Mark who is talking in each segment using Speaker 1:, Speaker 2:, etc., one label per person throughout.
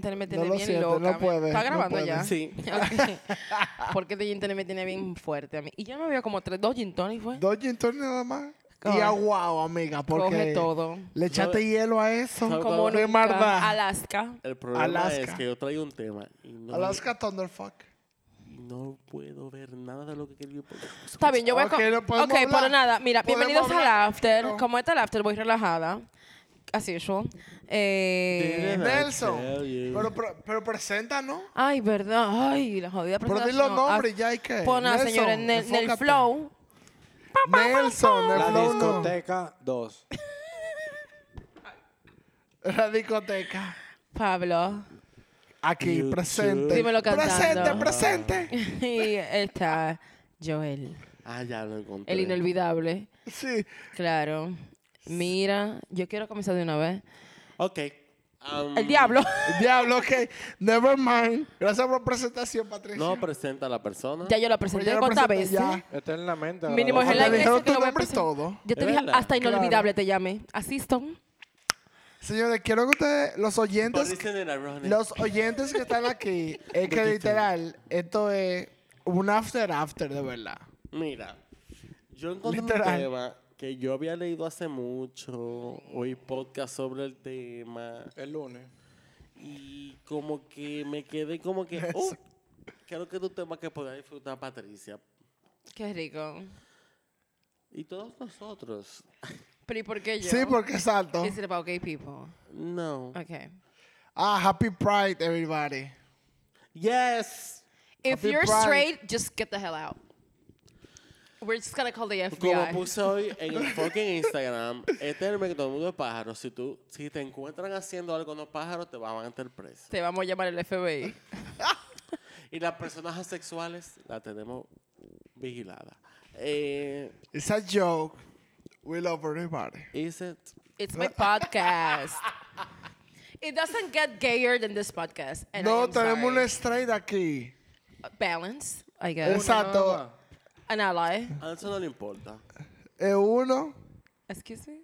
Speaker 1: Internet me tiene
Speaker 2: lo
Speaker 1: bien
Speaker 2: siento,
Speaker 1: loca.
Speaker 2: no
Speaker 1: me-
Speaker 2: puede,
Speaker 1: ¿Está
Speaker 2: no
Speaker 1: grabando
Speaker 2: puede.
Speaker 1: ya?
Speaker 3: Sí.
Speaker 1: Ok. Porque este Internet me tiene bien fuerte a mí. Y yo me había como tres, dos gin tonic, fue.
Speaker 2: Dos gin tonic nada más. Y
Speaker 1: Coge.
Speaker 2: aguao, amiga, porque
Speaker 1: Coge todo.
Speaker 2: le echaste hielo a eso.
Speaker 3: ¿Sabe
Speaker 2: Como
Speaker 3: cuál
Speaker 2: de
Speaker 1: nunca.
Speaker 2: maldad.
Speaker 1: Alaska.
Speaker 3: El problema
Speaker 2: Alaska.
Speaker 3: es que yo traigo un tema y no,
Speaker 2: Alaska Thunderfuck.
Speaker 3: y no puedo ver nada de lo que quería poner.
Speaker 1: Está bien, yo voy a...
Speaker 2: Ok,
Speaker 1: co-
Speaker 2: no podemos
Speaker 1: ok,
Speaker 2: hablar.
Speaker 1: pero nada, mira,
Speaker 2: Podemos
Speaker 1: bienvenidos al
Speaker 2: hablar.
Speaker 1: after.
Speaker 2: No.
Speaker 1: Como está el after, voy relajada. As usual. Eh,
Speaker 3: Did it.
Speaker 2: Nelson.
Speaker 3: Hell yeah.
Speaker 2: Pero, pero, pero presenta, ¿no?
Speaker 1: ay, verdad. Ay, la jodida
Speaker 2: Pero di
Speaker 1: presentación.
Speaker 2: los nombres
Speaker 1: Ah,
Speaker 2: ya y qué.
Speaker 1: Pues nada,
Speaker 2: Nelson,
Speaker 1: señores, en el, en el
Speaker 2: enfócate.
Speaker 1: flow.
Speaker 2: Nelson, el
Speaker 4: La
Speaker 2: flow no.
Speaker 4: discoteca 2.
Speaker 2: La discoteca.
Speaker 1: Pablo.
Speaker 2: Aquí,
Speaker 3: YouTube.
Speaker 2: presente.
Speaker 1: Dímelo cantando.
Speaker 2: Presente, presente.
Speaker 1: y está Joel.
Speaker 3: Ah, ya lo encontré.
Speaker 1: El inolvidable.
Speaker 2: Sí.
Speaker 1: Claro. Mira, yo quiero comenzar de una vez. Mm.
Speaker 3: Ok. Um,
Speaker 1: El diablo.
Speaker 2: Diablo, ok. Never mind. Gracias por la presentación, Patricia.
Speaker 3: No presenta a la persona.
Speaker 1: ya yo lo
Speaker 2: Pero
Speaker 1: presenté
Speaker 2: ya Pues lo
Speaker 1: cuántas
Speaker 2: presenté,
Speaker 1: veces.
Speaker 2: ya.
Speaker 4: Eternamente.
Speaker 1: Mínimo es
Speaker 2: Te
Speaker 1: en la iglesia
Speaker 4: agradable.
Speaker 2: dijeron
Speaker 1: que
Speaker 2: tu
Speaker 1: lo voy a
Speaker 2: nombre
Speaker 1: presentar.
Speaker 2: todo.
Speaker 1: Yo te
Speaker 3: ¿Es
Speaker 1: dije
Speaker 3: verdad?
Speaker 1: hasta inolvidable te llamé. Asiston.
Speaker 2: Señores, quiero que ustedes, los
Speaker 3: Por
Speaker 2: oyentes,
Speaker 3: dicen en arroz, ¿no?
Speaker 2: los oyentes que están aquí, es que literal, esto es un after after, de verdad.
Speaker 3: Mira, yo encontré
Speaker 2: Literal.
Speaker 3: un tema que yo había leído hace mucho, oí podcast sobre el tema
Speaker 4: El lunes.
Speaker 3: y como que me quedé como que, oh, creo que es un tema que podrá disfrutar Patricia
Speaker 1: Qué rico.
Speaker 3: y todos nosotros.
Speaker 1: Pero ¿y por qué yo?
Speaker 2: Sí, porque exacto.
Speaker 1: Is it about gay people?
Speaker 3: No.
Speaker 1: Okay.
Speaker 2: Ah, happy pride, everybody.
Speaker 3: Yes.
Speaker 1: If
Speaker 2: Happy
Speaker 1: you're
Speaker 2: Pride.
Speaker 1: straight, just get the hell out. We're just gonna call the
Speaker 3: Como
Speaker 1: FBI.
Speaker 3: puse hoy en el fucking Instagram, este es el método del mundo de pájaros. Si tú, si te encuentran haciendo algo con los pájaros, te van a meter preso.
Speaker 1: Te vamos a llamar el FBI.
Speaker 3: Y las personas asexuales las tenemos vigiladas. Eh,
Speaker 2: It's a joke. We love everybody.
Speaker 3: is it
Speaker 1: It's my podcast. It doesn't get gayer than this podcast. And I
Speaker 2: no,
Speaker 1: am
Speaker 2: tenemos
Speaker 1: sorry.
Speaker 2: una estrella aquí.
Speaker 1: balance, I guess.
Speaker 2: Exacto.
Speaker 1: An ally.
Speaker 3: A eso no le importa.
Speaker 2: Es uno.
Speaker 1: Excuse me.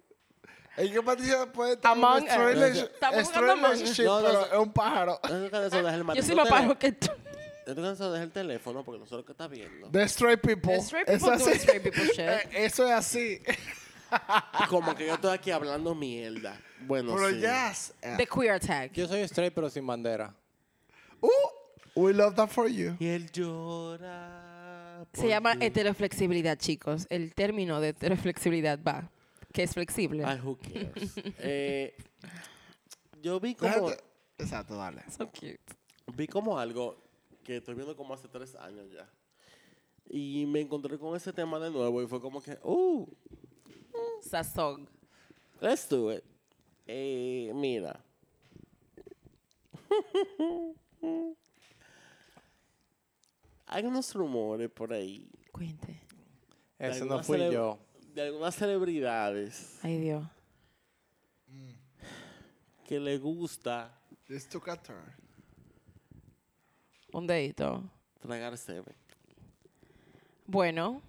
Speaker 2: Es que Patricia puede tener
Speaker 1: Among
Speaker 2: un
Speaker 1: Us.
Speaker 2: straight relation-
Speaker 1: Estamos jugando
Speaker 2: straight
Speaker 1: Among Us.
Speaker 2: relationship,
Speaker 3: No, no,
Speaker 2: pero
Speaker 3: no.
Speaker 2: es un pájaro.
Speaker 3: Yo creo que eso deja el
Speaker 2: Ah,
Speaker 1: Yo
Speaker 3: maldito
Speaker 1: soy más
Speaker 3: teléfono.
Speaker 1: paro que tú.
Speaker 3: Yo creo que eso deja el teléfono porque nosotros que está viendo.
Speaker 2: The straight people.
Speaker 1: The straight
Speaker 2: Eso
Speaker 1: people
Speaker 2: es
Speaker 1: do
Speaker 2: así.
Speaker 1: straight people shit.
Speaker 2: Eh, Eso es así.
Speaker 3: Como que yo estoy aquí hablando mierda. Bueno,
Speaker 2: Pero
Speaker 3: sí.
Speaker 2: yes.
Speaker 1: The queer attack.
Speaker 4: Yo soy straight, pero sin bandera.
Speaker 2: Uh, we love that for you.
Speaker 3: Y él llora.
Speaker 1: Se
Speaker 3: por
Speaker 1: llama
Speaker 3: ti.
Speaker 1: heteroflexibilidad, chicos. El término de heteroflexibilidad va. Que es flexible.
Speaker 3: Ay, who cares. Eh, yo vi como,
Speaker 2: Déjate- Exacto, dale.
Speaker 1: So cute.
Speaker 3: vi como algo que estoy viendo como hace tres años ya. Y me encontré con ese tema de nuevo y fue como que, uh,
Speaker 1: Sazón.
Speaker 3: let's do it. Eh, mira. Hay unos rumores por ahí
Speaker 1: Cuente.
Speaker 3: de
Speaker 4: Ese no
Speaker 3: algunas
Speaker 4: fui
Speaker 3: cele-
Speaker 4: yo.
Speaker 3: De algunas celebridades
Speaker 1: Ay, Dios.
Speaker 3: que le gusta
Speaker 2: This took a turn.
Speaker 1: Un dedito.
Speaker 3: tragar semen.
Speaker 1: Bueno.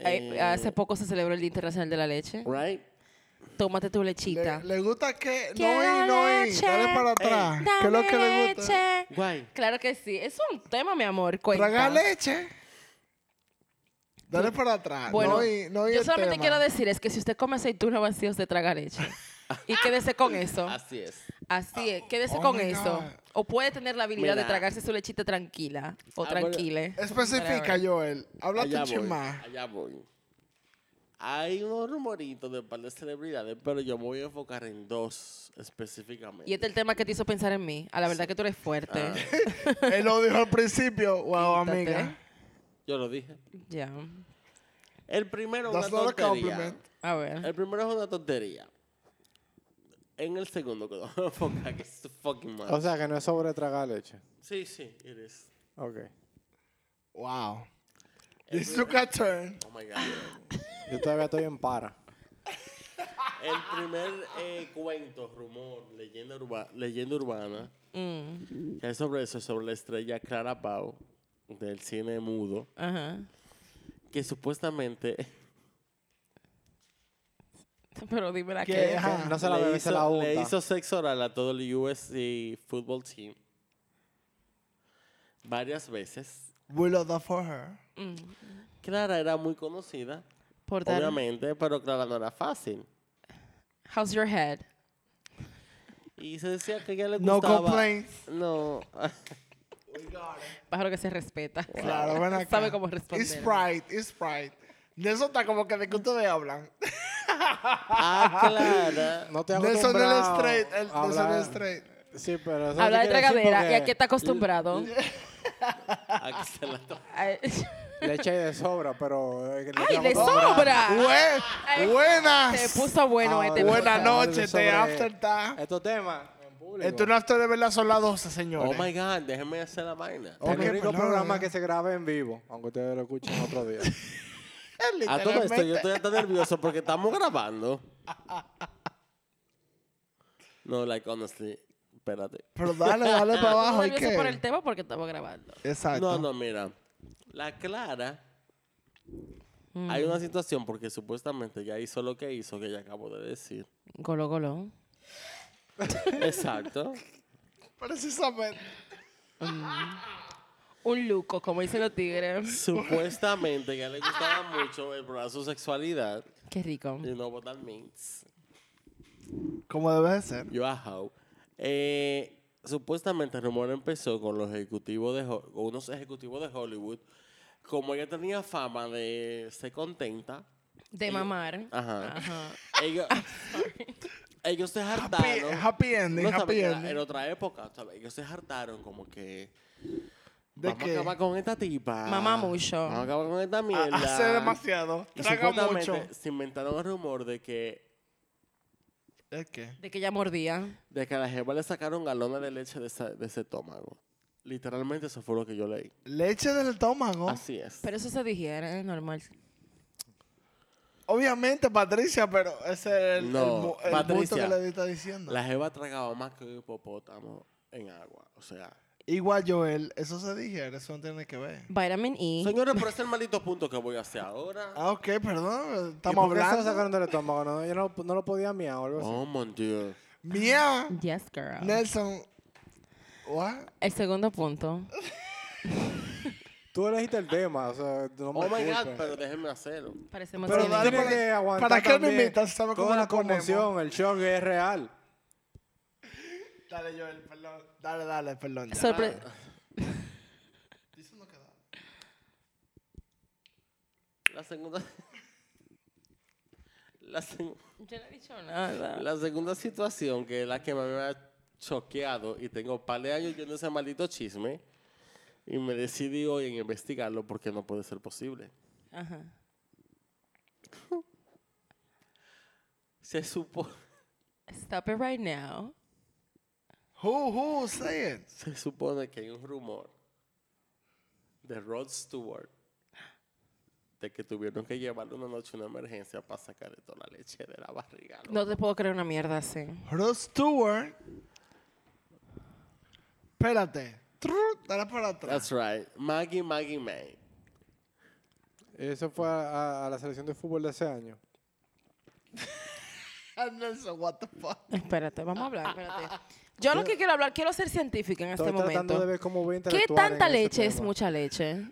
Speaker 1: eh,
Speaker 3: Eh.
Speaker 1: Hace poco se celebró el Día Internacional de la Leche.
Speaker 3: Right?
Speaker 1: Tómate tu
Speaker 2: Le,
Speaker 1: lechita.
Speaker 2: le gusta que... No,
Speaker 1: Quiero
Speaker 2: y no, y.
Speaker 1: leche. Eh,
Speaker 2: Dale para atrás.
Speaker 1: Dame
Speaker 2: ¿Qué es lo que le gusta?
Speaker 1: leche.
Speaker 3: Guay.
Speaker 1: Claro que sí. Es un tema, mi amor. Cuenta.
Speaker 2: Traga leche. Dale para atrás.
Speaker 1: Bueno,
Speaker 2: Ah, no, y, no, y
Speaker 1: yo
Speaker 2: el
Speaker 1: solamente
Speaker 2: tema.
Speaker 1: quiero decir es que si usted come aceituna vacía, usted traga leche. y quédese con eso.
Speaker 3: Así es.
Speaker 1: Así es, quédese
Speaker 2: oh
Speaker 1: con
Speaker 2: my
Speaker 1: eso.
Speaker 2: God.
Speaker 1: O puede tener la habilidad de
Speaker 3: Mira.
Speaker 1: tragarse su lechita tranquila o
Speaker 3: Ah, bueno.
Speaker 1: tranquile.
Speaker 2: Especifica, Joel. Habla
Speaker 3: Allá
Speaker 2: tu
Speaker 3: voy.
Speaker 2: chimá.
Speaker 3: Allá voy. Hay unos rumoritos de un par de celebridades, pero yo me voy a enfocar en dos específicamente.
Speaker 1: Y este es el tema que te hizo pensar en mí. A la verdad que tú eres fuerte.
Speaker 3: Ah,
Speaker 2: Él lo dijo al principio. Wow,
Speaker 1: Quítate.
Speaker 2: amiga.
Speaker 3: yo lo dije.
Speaker 1: Ya.
Speaker 3: El primero es una
Speaker 2: That's not a
Speaker 3: tontería.
Speaker 2: compliment.
Speaker 1: A ver.
Speaker 3: El primero es una tontería. En el segundo, que vamos a enfocar, que es fucking mal.
Speaker 4: O sea, que no es sobre tragar leche.
Speaker 3: sí, sí, it is.
Speaker 4: Ok.
Speaker 2: Wow. This took a turn.
Speaker 3: Oh my God.
Speaker 4: Yo todavía estoy en para.
Speaker 3: El primer eh, cuento, rumor, leyenda, urba- leyenda urbana,
Speaker 1: Mm,
Speaker 3: que es sobre eso, sobre la estrella Clara Pau del cine mudo,
Speaker 1: Ajá.
Speaker 3: que supuestamente
Speaker 1: Pero dime la
Speaker 2: ¿Qué?
Speaker 1: que.
Speaker 2: Ajá.
Speaker 4: No se la
Speaker 3: le,
Speaker 4: bebe, se la
Speaker 3: hizo, le
Speaker 4: unta.
Speaker 3: hizo sexo oral a todo el USC Football Team varias veces.
Speaker 2: Willow the for her.
Speaker 3: Clara era muy conocida,
Speaker 1: Por dar-
Speaker 3: obviamente, pero Clara no era fácil.
Speaker 1: How's your head?
Speaker 3: Y se decía que a ella le
Speaker 2: No
Speaker 3: gustaba...
Speaker 2: complaints.
Speaker 3: No.
Speaker 1: Pájaro que se respeta.
Speaker 2: Claro, ven acá.
Speaker 1: Sabe cómo responder.
Speaker 2: It's pride, it's pride. Nelson está como que de que ustedes hablan.
Speaker 3: Ah, Clara.
Speaker 4: No te
Speaker 2: Nelson no es
Speaker 4: acostumbrado
Speaker 2: straight, el
Speaker 4: a
Speaker 2: Nelson
Speaker 4: hablar-
Speaker 2: es straight.
Speaker 4: Sí, pero eso
Speaker 1: Habla de
Speaker 4: quiere decir
Speaker 1: tragadera y
Speaker 4: porque
Speaker 1: aquí está acostumbrado.
Speaker 3: Aquí se la to-
Speaker 1: Ay,
Speaker 4: Le eché de sobra, pero... eh, le
Speaker 1: ¡Ay,
Speaker 4: echamos
Speaker 1: le
Speaker 4: todo.
Speaker 1: sobra!
Speaker 2: Bue-
Speaker 1: Ay, Se
Speaker 2: buenas.
Speaker 1: puso bueno
Speaker 4: Ah,
Speaker 1: este.
Speaker 4: bueno.
Speaker 2: Buenas
Speaker 4: Vamos a hablar
Speaker 2: noches,
Speaker 4: sobre
Speaker 2: te after está.
Speaker 4: Estos temas en público.
Speaker 2: Esto es un after de verdad son las 12, señores.
Speaker 3: Oh my God, déjenme hacer la vaina.
Speaker 4: El
Speaker 2: Ok,
Speaker 4: único
Speaker 2: pues no,
Speaker 4: programa
Speaker 2: ya.
Speaker 4: que se graba en vivo, aunque ustedes lo escuchen otro día.
Speaker 2: Es
Speaker 3: A todo esto, yo
Speaker 2: literalmente-
Speaker 3: estoy hasta nervioso porque estamos grabando. No, like, honestly, espérate.
Speaker 2: Pero dale, dale para abajo. ¿y
Speaker 1: nervioso
Speaker 2: qué?
Speaker 1: por el tema porque estamos grabando.
Speaker 2: Exacto.
Speaker 3: No, no, mira. La Clara. Hay una situación porque supuestamente ya hizo lo que hizo, que ya acabo de decir.
Speaker 1: Golo, golo.
Speaker 3: Exacto.
Speaker 2: Precisamente.
Speaker 1: Un luco, como dicen los tigres.
Speaker 3: supuestamente ya le gustaba mucho explorar su sexualidad.
Speaker 1: Qué rico.
Speaker 4: Eh,
Speaker 3: You know what that means.
Speaker 2: Como debe de ser.
Speaker 3: You are how. Eh, supuestamente el rumor empezó con los ejecutivos de Ho- con unos ejecutivos de Hollywood. Como ella tenía fama de se contenta,
Speaker 1: De
Speaker 4: eh,
Speaker 1: mamar.
Speaker 3: ajá.
Speaker 1: Ajá.
Speaker 3: ellos, ellos se
Speaker 2: Ah, Happy,
Speaker 3: hartaron.
Speaker 2: happy ending,
Speaker 3: No,
Speaker 2: happy
Speaker 3: ¿sabes? Era-
Speaker 2: ending.
Speaker 3: En otra época, ¿sabes? ellos se hartaron como que
Speaker 2: ¿De
Speaker 3: vamos
Speaker 2: qué?
Speaker 3: a acabar con esta tipa.
Speaker 1: Mamá mucho.
Speaker 3: Vamos a acabar con esta
Speaker 2: Ah,
Speaker 3: mierda.
Speaker 2: Hace demasiado.
Speaker 3: Y
Speaker 2: Traga
Speaker 3: supuestamente
Speaker 2: mucho.
Speaker 3: se inventaron el rumor de que,
Speaker 2: ¿De qué?
Speaker 1: De que ella mordía.
Speaker 3: de que a la jeva le sacaron galones de leche de, esa- de ese estómago. Literalmente eso fue lo que yo leí.
Speaker 2: Leche del estómago.
Speaker 3: Así es.
Speaker 1: Pero eso se digiere, es normal.
Speaker 2: Obviamente, Patricia, pero ese es el,
Speaker 3: No,
Speaker 2: el mu- el, punto
Speaker 3: Patricia.
Speaker 2: que le está diciendo.
Speaker 3: la jeva tragaba más que un hipopótamo en agua. O sea,
Speaker 2: Igual, Joel, eso se digiere, eso no tiene que ver.
Speaker 1: Vitamin E.
Speaker 3: señores, por ese maldito punto que voy a hacer ahora.
Speaker 2: Ah, ok, perdón.
Speaker 4: ¿Y
Speaker 2: Estamos
Speaker 4: por qué se lo
Speaker 2: hablando.
Speaker 4: sacaron del estómago? No, yo no, no lo podía miar o algo así.
Speaker 3: Oh, mon Dieu.
Speaker 2: Mía,
Speaker 1: Yes,
Speaker 3: Ah.
Speaker 1: girl.
Speaker 2: Nelson. What?
Speaker 1: El segundo punto.
Speaker 4: Tú elegiste el tema, o sea, no me
Speaker 3: Oh my God,
Speaker 4: culpes.
Speaker 3: pero déjenme hacerlo.
Speaker 1: Parecemos
Speaker 4: Pero
Speaker 2: Sí,
Speaker 1: enemigos.
Speaker 4: dale
Speaker 2: tiene
Speaker 4: para,
Speaker 2: que-
Speaker 4: que aguantar
Speaker 2: ¿para qué me
Speaker 4: también
Speaker 2: invitas? ¿Sabes cómo
Speaker 4: toda
Speaker 2: la
Speaker 4: la conmoción, el shock es real.
Speaker 2: Dale, Joel, perdón. Dale, dale, perdón. ya.
Speaker 1: Sorpre-
Speaker 4: Ah.
Speaker 3: La segunda. La, seg-
Speaker 1: Yo no he dicho nada.
Speaker 3: la segunda situación que es la que más me ha choqueado y tengo un par de años yendo ese maldito chisme y me decidí hoy en investigarlo porque no puede ser posible.
Speaker 1: Ajá.
Speaker 3: Se supo.
Speaker 1: Stop it right now.
Speaker 2: Who, who, say it.
Speaker 3: Se supone que hay un rumor de Rod Stewart de que tuvieron que llevarle una noche a una emergencia para sacarle toda la leche de la barriga. loco.
Speaker 1: No te puedo creer una mierda así.
Speaker 2: Rod Stewart. Espérate. Tru, Dale para atrás.
Speaker 3: That's right. Maggie, Maggie May.
Speaker 4: Eso fue a, a- a la selección de fútbol de ese año.
Speaker 2: Nelson, Ah, what the fuck.
Speaker 1: Espérate, vamos a
Speaker 4: Ah,
Speaker 1: hablar. Espérate. Yo lo que quiero hablar, quiero ser científica en este
Speaker 4: Estoy tratando de
Speaker 1: momento.
Speaker 4: ver cómo voy a
Speaker 1: ¿Qué
Speaker 4: interactuar en
Speaker 1: tanta
Speaker 4: ese
Speaker 1: leche es
Speaker 4: tema.
Speaker 1: mucha leche?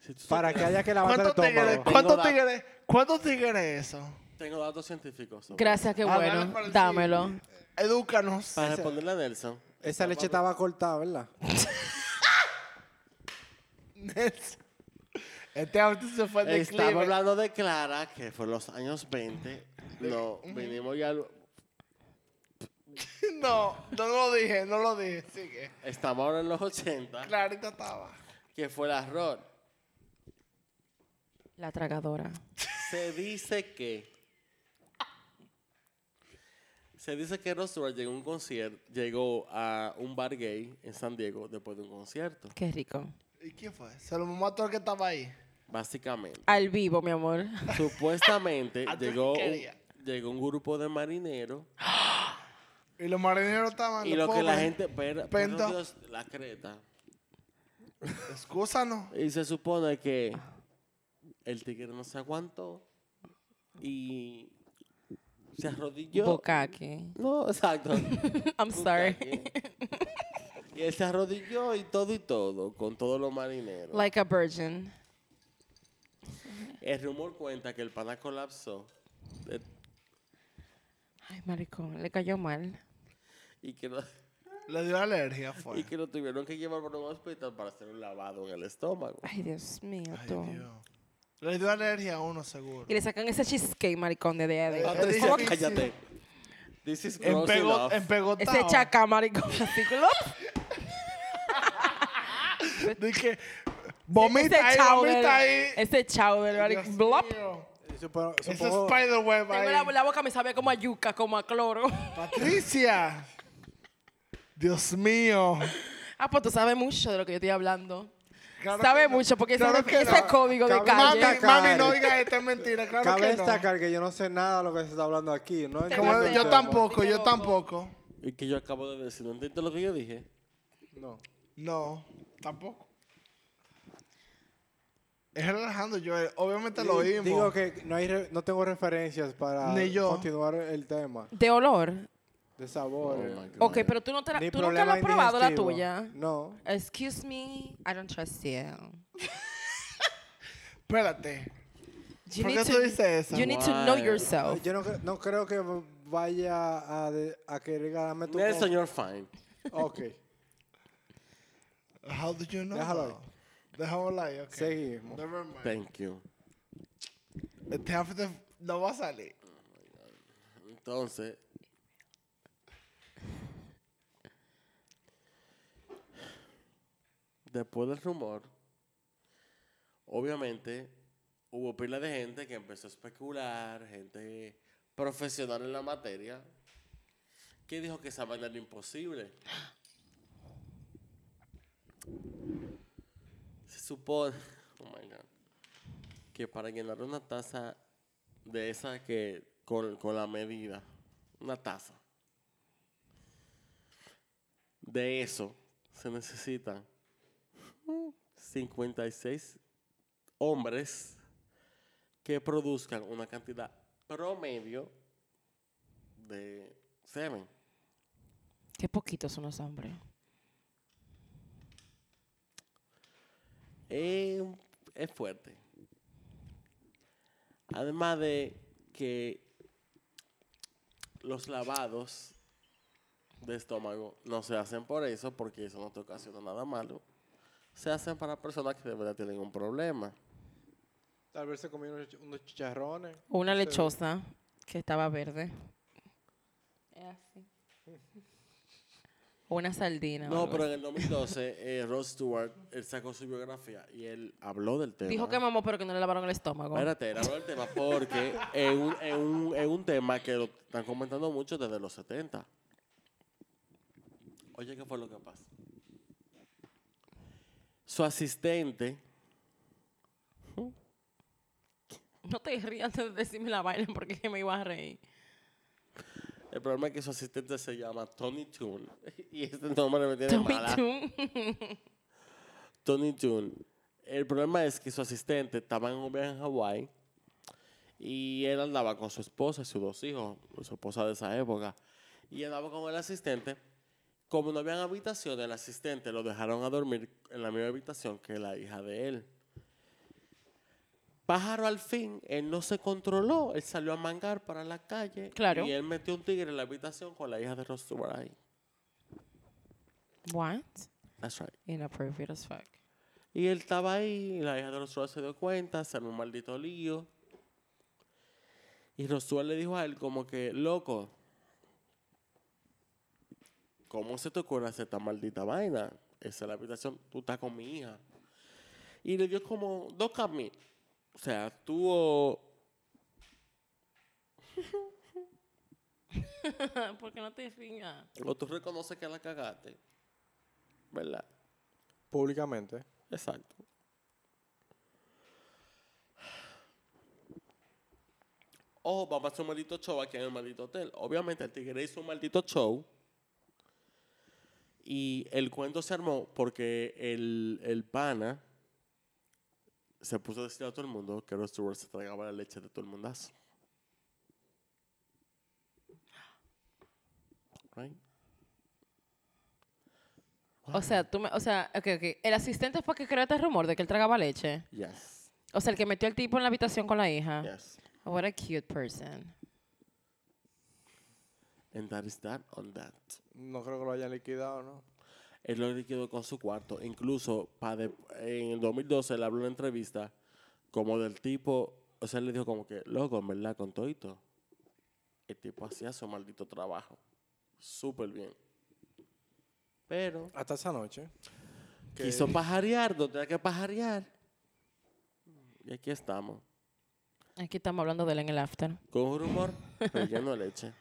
Speaker 3: Si tú
Speaker 4: Para que
Speaker 3: supieras-
Speaker 4: haya que lavar el
Speaker 2: ¿Cuántos tigres?
Speaker 4: estómago.
Speaker 2: ¿Cuántos
Speaker 3: datos.
Speaker 2: tigres? ¿Cuántos tigres eso?
Speaker 3: Tengo datos científicos. sobre
Speaker 1: Gracias, qué
Speaker 2: Ah, dale
Speaker 1: bueno.
Speaker 2: para el
Speaker 1: Dámelo.
Speaker 2: Edúcanos.
Speaker 3: Para responderle a Nelson.
Speaker 4: Esa leche estaba cortada, ¿verdad?
Speaker 2: Nelson. Este auto se fue de
Speaker 3: Estamos
Speaker 2: clima.
Speaker 3: hablando de Clara, que fue en los años 20. No, vinimos ya. al-
Speaker 2: No, no lo dije, no lo dije. Sigue.
Speaker 3: Estamos ahora en los 80,
Speaker 2: Clarita estaba.
Speaker 3: que fue la Rod.
Speaker 1: La tragadora.
Speaker 3: Se dice que. Se dice que Rod Stewart llegó a un concierto, llegó a un bar gay en San Diego después de un concierto,
Speaker 1: Qué rico.
Speaker 2: ¿Y quién fue? Se lo mamó a todo el que estaba ahí.
Speaker 3: básicamente.
Speaker 1: Al vivo, mi amor.
Speaker 3: Supuestamente
Speaker 2: A tu
Speaker 3: llegó un,
Speaker 2: porquería.
Speaker 3: llegó un grupo de marineros
Speaker 2: Y los marineros estaban.
Speaker 3: y
Speaker 2: los
Speaker 3: lo que la
Speaker 2: pobres.
Speaker 3: gente, pero,
Speaker 2: Pento.
Speaker 3: la creta.
Speaker 2: Excúsanos.
Speaker 3: Y se supone que el tigre no se aguantó y se arrodilló.
Speaker 1: Bukaki.
Speaker 3: No, exacto.
Speaker 1: I'm sorry.
Speaker 3: Bukaki. Y él se arrodilló y todo y todo, con todos los marineros.
Speaker 1: Like a virgin.
Speaker 3: El rumor cuenta que el pana colapsó eh,
Speaker 1: Ay, maricón, le cayó mal.
Speaker 3: y que no,
Speaker 2: Le dio alergia, fue.
Speaker 3: y que lo tuvieron que llevar por un hospital para hacer un lavado en el estómago.
Speaker 1: Ay, Dios mío,
Speaker 2: Ay,
Speaker 1: tú.
Speaker 2: Dios. Le dio alergia a uno, seguro.
Speaker 1: Y le sacan ese cheesecake, maricón, de Daddy.
Speaker 2: Ay,
Speaker 3: Patricia,
Speaker 2: difícil.
Speaker 3: cállate. This is gross
Speaker 2: Empego,
Speaker 3: enough.
Speaker 2: empegotado.
Speaker 1: Ese chaca, maricón. Así, ¡glop!
Speaker 2: Dije, vomita ahí,
Speaker 1: ese chowder.
Speaker 2: vomita ahí.
Speaker 1: Ese chowder, maricón.
Speaker 2: Dios
Speaker 1: Blop.
Speaker 2: mío.
Speaker 4: Supongo,
Speaker 2: Ese
Speaker 4: supongo-
Speaker 2: spiderweb
Speaker 1: Tengo la,
Speaker 2: ahí.
Speaker 1: la boca me sabe como a yuca, como a cloro.
Speaker 2: Patricia. Dios mío.
Speaker 1: Ah, pues tú sabes mucho de lo que yo estoy hablando.
Speaker 2: Claro
Speaker 1: sabe
Speaker 2: que no.
Speaker 1: mucho, porque
Speaker 2: Claro
Speaker 1: ese,
Speaker 2: que
Speaker 1: ese
Speaker 2: no.
Speaker 1: código de
Speaker 4: Cabe-
Speaker 1: calle.
Speaker 2: Mami,
Speaker 4: Caca.
Speaker 2: mami, no digas esta mentira. Claro
Speaker 4: Cabe
Speaker 2: que no.
Speaker 4: destacar que yo no sé nada de lo que se está hablando aquí. No
Speaker 1: Como
Speaker 2: Como
Speaker 4: entiendo el
Speaker 2: yo
Speaker 4: tema.
Speaker 2: tampoco, yo
Speaker 1: Loco.
Speaker 2: tampoco.
Speaker 3: Y que yo acabo de decir, ¿no entendiste lo que yo dije?
Speaker 4: No.
Speaker 2: No, tampoco. Es relajando, yo obviamente lo oímos.
Speaker 4: Digo que no, hay re- no tengo referencias para
Speaker 2: Ni yo.
Speaker 4: continuar el tema
Speaker 1: De olor.
Speaker 4: de sabor.
Speaker 2: Oh,
Speaker 3: Eh,
Speaker 1: Ok, pero tú, no te la-
Speaker 4: Ni
Speaker 1: tú nunca lo
Speaker 4: problema
Speaker 1: has probado la
Speaker 4: indigestivo.
Speaker 1: tuya.
Speaker 4: No.
Speaker 1: Excuse me, I don't trust you.
Speaker 2: Espérate.
Speaker 1: You
Speaker 2: ¿Por
Speaker 1: need
Speaker 2: qué tú dices eso?
Speaker 1: You need to know
Speaker 3: Why?
Speaker 1: yourself.
Speaker 4: Yo no, cre- no creo que vaya a, de- a que regalarme tu...
Speaker 3: Nelson, you're fine.
Speaker 4: Ok,
Speaker 2: How do you know?
Speaker 4: Déjalo ahí.
Speaker 2: though? Déjalo ahí, ok.
Speaker 4: seguimos.
Speaker 2: Never mind.
Speaker 3: Thank you.
Speaker 2: Este after no va a salir.
Speaker 3: Entonces. Después del rumor, obviamente hubo pila de gente que empezó a especular, gente profesional en la materia, que dijo que esa vaina era imposible. Se supone, oh my God, que para llenar una taza de esa que con, con la medida, una taza. De eso se mm, necesitan 56 hombres que produzcan una cantidad promedio de semen.
Speaker 1: Qué poquitos son los hombres.
Speaker 3: Es, un- es fuerte. Además de que los lavados de estómago no se hacen por eso, porque eso no te ocasiona nada malo. Se hacen para personas que de verdad tienen un problema.
Speaker 4: Tal vez se comieron unos ch- unos chicharrones.
Speaker 1: O Una
Speaker 4: No sé.
Speaker 1: lechosa que estaba verde. Es así. O una sardina. o
Speaker 3: No,
Speaker 1: algo
Speaker 3: pero en
Speaker 1: así.
Speaker 3: el 2012, eh, Rod Stewart, él sacó su biografía y él habló del tema.
Speaker 1: Dijo que mamó, pero que no le lavaron el estómago.
Speaker 3: Espérate, él habló del tema porque es un, es un- es un tema que lo están comentando mucho desde los 70. Oye, ¿qué fue lo que pasó? Su asistente,
Speaker 1: No te rías de decirme la vaina porque me iba a reír.
Speaker 3: el problema es que su asistente se llama Tony Toon. Y este nombre me tiene
Speaker 1: Tommy
Speaker 3: mala.
Speaker 1: Toon.
Speaker 3: Tony June. El problema es que su asistente estaba en un viaje en Hawái y él andaba con su esposa y sus dos hijos, su esposa de esa época. Y andaba con el asistente. Como no habían habitación, el asistente lo dejaron a dormir en la misma habitación que la hija de él. Pájaro al fin, él no se controló, él salió a mangar para la calle
Speaker 1: Claro.
Speaker 3: y él metió un tigre en la habitación con la hija de Ross Stewart ahí.
Speaker 1: What?
Speaker 3: That's right.
Speaker 1: Inappropriate as fuck.
Speaker 3: Y él estaba ahí, y la hija de Rosuel se dio cuenta, se armó un maldito lío. Y Rosuel le dijo a él como que, loco, ¿cómo se te ocurre hacer esta maldita vaina? Esa es la habitación, tú estás con mi hija. Y le dio como dos caminos. O sea, tuvo...
Speaker 1: porque no te rías.
Speaker 3: O tú reconoces que la cagaste. ¿Verdad?
Speaker 4: Públicamente.
Speaker 3: Exacto. Ojo, vamos a hacer un maldito show aquí en el maldito hotel. Obviamente, el tigre hizo un maldito show. Y el cuento se armó porque el, el pana se puso a decir a todo el mundo que Rod Stewart se tragaba la leche de todo el mundazo. Right?
Speaker 1: O sea, tú me, o sea, ok, ok. El asistente fue que creó este rumor de que él tragaba leche.
Speaker 3: Yes.
Speaker 1: O sea, el que metió al tipo en la habitación con la hija.
Speaker 3: Yes.
Speaker 1: What a cute person.
Speaker 3: And that is that on that.
Speaker 4: No creo que lo hayan liquidado, ¿no?
Speaker 3: Él lo liquidó con su cuarto. Incluso pa de- en el 2012 él habló en una entrevista como del tipo, o sea, él le dijo como que, loco, en verdad, con todo el tipo hacía su maldito trabajo. Súper bien. Pero
Speaker 4: Hasta esa noche. que-
Speaker 3: quiso pajarear, no tenía que pajarear. Y aquí estamos.
Speaker 1: Aquí estamos hablando de él en el after.
Speaker 3: Con un rumor, pero lleno de leche.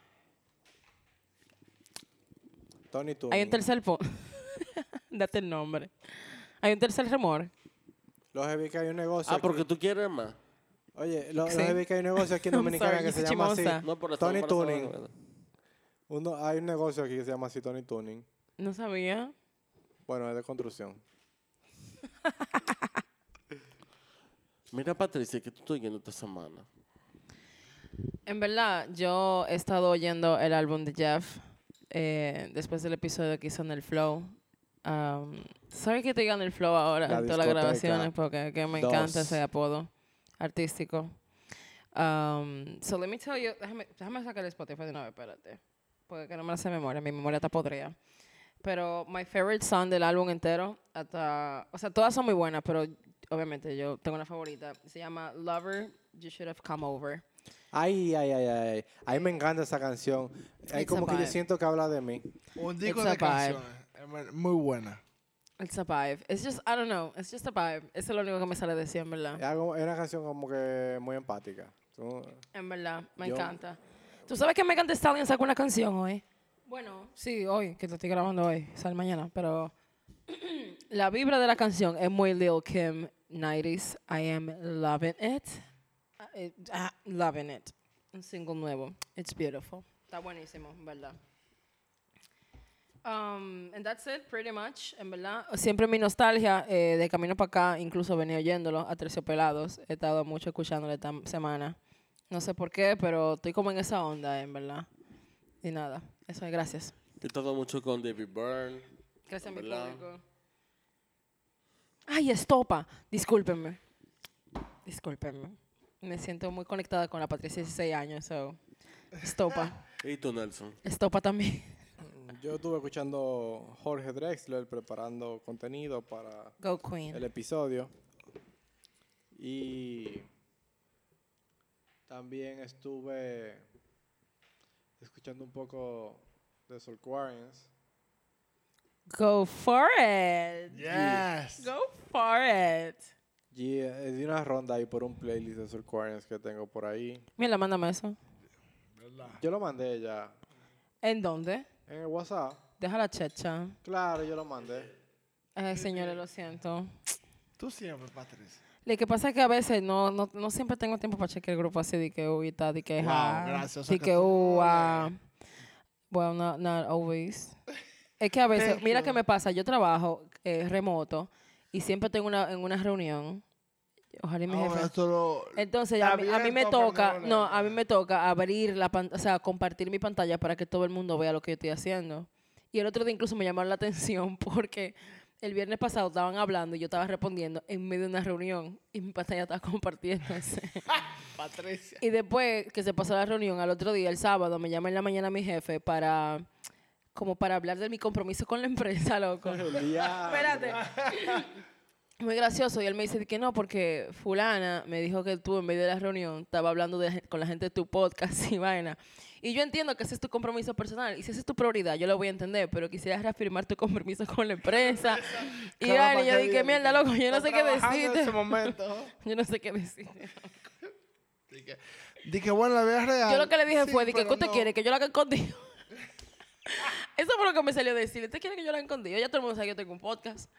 Speaker 4: Tony Tuning.
Speaker 1: Hay un tercer po. Date el nombre. Hay un tercer rumor.
Speaker 4: Los heavy que hay un negocio.
Speaker 3: Ah, porque
Speaker 4: aquí-
Speaker 3: tú quieres más.
Speaker 4: Oye, lo-
Speaker 1: Sí.
Speaker 4: los heavy que hay un negocio aquí en
Speaker 1: I'm
Speaker 4: Dominicana
Speaker 1: sorry,
Speaker 4: que
Speaker 1: yo
Speaker 4: se
Speaker 1: soy
Speaker 4: llama así.
Speaker 1: chimosa.
Speaker 3: No, pero
Speaker 4: Tony
Speaker 3: estamos para
Speaker 4: Tuning.
Speaker 3: saber.
Speaker 4: Uno, hay un negocio aquí que se llama así Tony Tuning.
Speaker 1: No sabía.
Speaker 4: Bueno, es de construcción.
Speaker 3: Mira, Patricia, que tú estás yendo esta semana.
Speaker 1: En verdad, yo he estado oyendo el álbum de Jeff eh, después del episodio que hizo en el Flow. Um, Sorry que te digan el Flow ahora
Speaker 4: La
Speaker 1: en todas las
Speaker 4: discoteca
Speaker 1: grabaciones porque que me encanta
Speaker 4: dos.
Speaker 1: ese apodo artístico. Um, so let me tell you, déjame, déjame sacar el Spotify de una vez, espérate. Porque que no me hace memoria, mi memoria está podrida. Pero my favorite song del álbum entero, hasta, o sea, todas son muy buenas, pero obviamente yo tengo una favorita. Se llama Lover, You Should Have Come Over.
Speaker 4: Ay, ay, ay, ay. A mí me encanta esa canción. Hay
Speaker 1: It's
Speaker 4: como
Speaker 1: a
Speaker 4: que yo
Speaker 1: vibe.
Speaker 4: siento que habla de mí.
Speaker 2: Un disco
Speaker 1: It's a
Speaker 2: de
Speaker 1: vibe.
Speaker 2: canciones. hermano, Muy buena.
Speaker 1: It's a vibe. It's just, I don't know. It's just a vibe. Eso es lo único que me sale decir, en
Speaker 4: Es,
Speaker 1: verdad.
Speaker 4: algo, es una canción como que muy empática. Tú-
Speaker 1: En verdad, me
Speaker 4: Yo-
Speaker 1: encanta. ¿Tú sabes que Megan Thee Stallion sacó una canción hoy? Bueno, sí, hoy, que lo estoy grabando hoy. Sale mañana, pero... la vibra de la canción es muy Lil Kim 90s. I am loving it. Ah, eh, ah, loving it. Un single nuevo. It's beautiful. Está buenísimo, en verdad. Um, and that's it, pretty much, en verdad. Siempre mi nostalgia eh, de camino para acá, incluso venía oyéndolo a Terciopelados. He estado mucho escuchándole esta semana. No sé por qué, pero estoy como en esa onda, en verdad. Y nada, eso es, gracias.
Speaker 3: He estado mucho con David Byrne.
Speaker 1: Gracias a mi
Speaker 3: ¿Verdad?
Speaker 1: público. Ay, estopa. Discúlpenme. Discúlpenme. Me siento muy conectada con la Patricia de 16 años, so. Estopa.
Speaker 3: ¿Y tú, Nelson?
Speaker 1: Estopa también.
Speaker 4: Yo estuve escuchando Jorge Drexler preparando contenido para
Speaker 1: Go
Speaker 4: el
Speaker 1: Queen.
Speaker 4: episodio. Y también estuve escuchando un poco de Soul Quarians.
Speaker 1: Go for it.
Speaker 2: Yes.
Speaker 1: Go for it.
Speaker 4: Y eh, di una ronda ahí por un playlist de Soul Quarians que tengo por ahí.
Speaker 1: Mira, mándame eso.
Speaker 4: Yo lo mandé ya
Speaker 1: ¿En dónde?
Speaker 4: en el WhatsApp.
Speaker 1: Deja la checha.
Speaker 4: Claro, yo lo mandé.
Speaker 1: Ay, señores, lo siento.
Speaker 2: Tú siempre, Patricia.
Speaker 1: Lo que pasa es que a veces no, no, no siempre tengo tiempo para chequear el grupo así de que uy, está, de que
Speaker 2: Wow,
Speaker 1: ja,
Speaker 2: gracias, o sea
Speaker 1: de
Speaker 2: que
Speaker 1: que
Speaker 2: tú no
Speaker 1: uh,
Speaker 2: le-
Speaker 1: ah. Well, not, not always. Es que a veces,
Speaker 2: Thank
Speaker 1: mira
Speaker 2: you.
Speaker 1: qué me pasa, yo trabajo eh, remoto y siempre tengo una, en una reunión. Ojalá y mi jefe- Eh.
Speaker 2: Ahora tú lo...
Speaker 1: Entonces, a mí, a mí me
Speaker 2: abierto,
Speaker 1: toca,
Speaker 2: perdón,
Speaker 1: no,
Speaker 2: la-
Speaker 1: a mí me toca abrir la pantalla, o sea, compartir mi pantalla para que todo el mundo vea lo que yo estoy haciendo. Y el otro día incluso me llamaron la atención porque el viernes pasado estaban hablando y yo estaba respondiendo en medio de una reunión y mi pantalla estaba compartiéndose.
Speaker 2: Patricia.
Speaker 1: y después que se pasó la reunión, al otro día, el sábado, me llama en la mañana mi jefe para, como para hablar de mi compromiso con la empresa, loco.
Speaker 4: El día-
Speaker 1: Espérate. Muy gracioso. Y él me dice de que no, porque fulana me dijo que tú en medio de la reunión estaba hablando de- con la gente de tu podcast y vaina. Y yo entiendo que ese es tu compromiso personal. Y si esa es tu prioridad, yo lo voy a entender, pero quisiera reafirmar tu compromiso con la empresa. y vaina,
Speaker 2: Claro, para
Speaker 1: y yo
Speaker 2: que
Speaker 1: dije,
Speaker 2: digan,
Speaker 1: mierda, loco, yo no
Speaker 2: Está
Speaker 1: sé qué
Speaker 2: trabajando en ese
Speaker 1: decirte.
Speaker 2: momento.
Speaker 1: Yo no sé qué decirte.
Speaker 2: Dije, dije, bueno, la vida real.
Speaker 1: Yo lo que le dije
Speaker 2: sí,
Speaker 1: fue, dije,
Speaker 2: pero
Speaker 1: ¿qué usted
Speaker 2: no.
Speaker 1: quiere? Que yo la haga contigo. Eso fue lo que me salió a decir. ¿Usted quiere que yo la haga contigo? Ya todo el mundo sabe que yo tengo un podcast.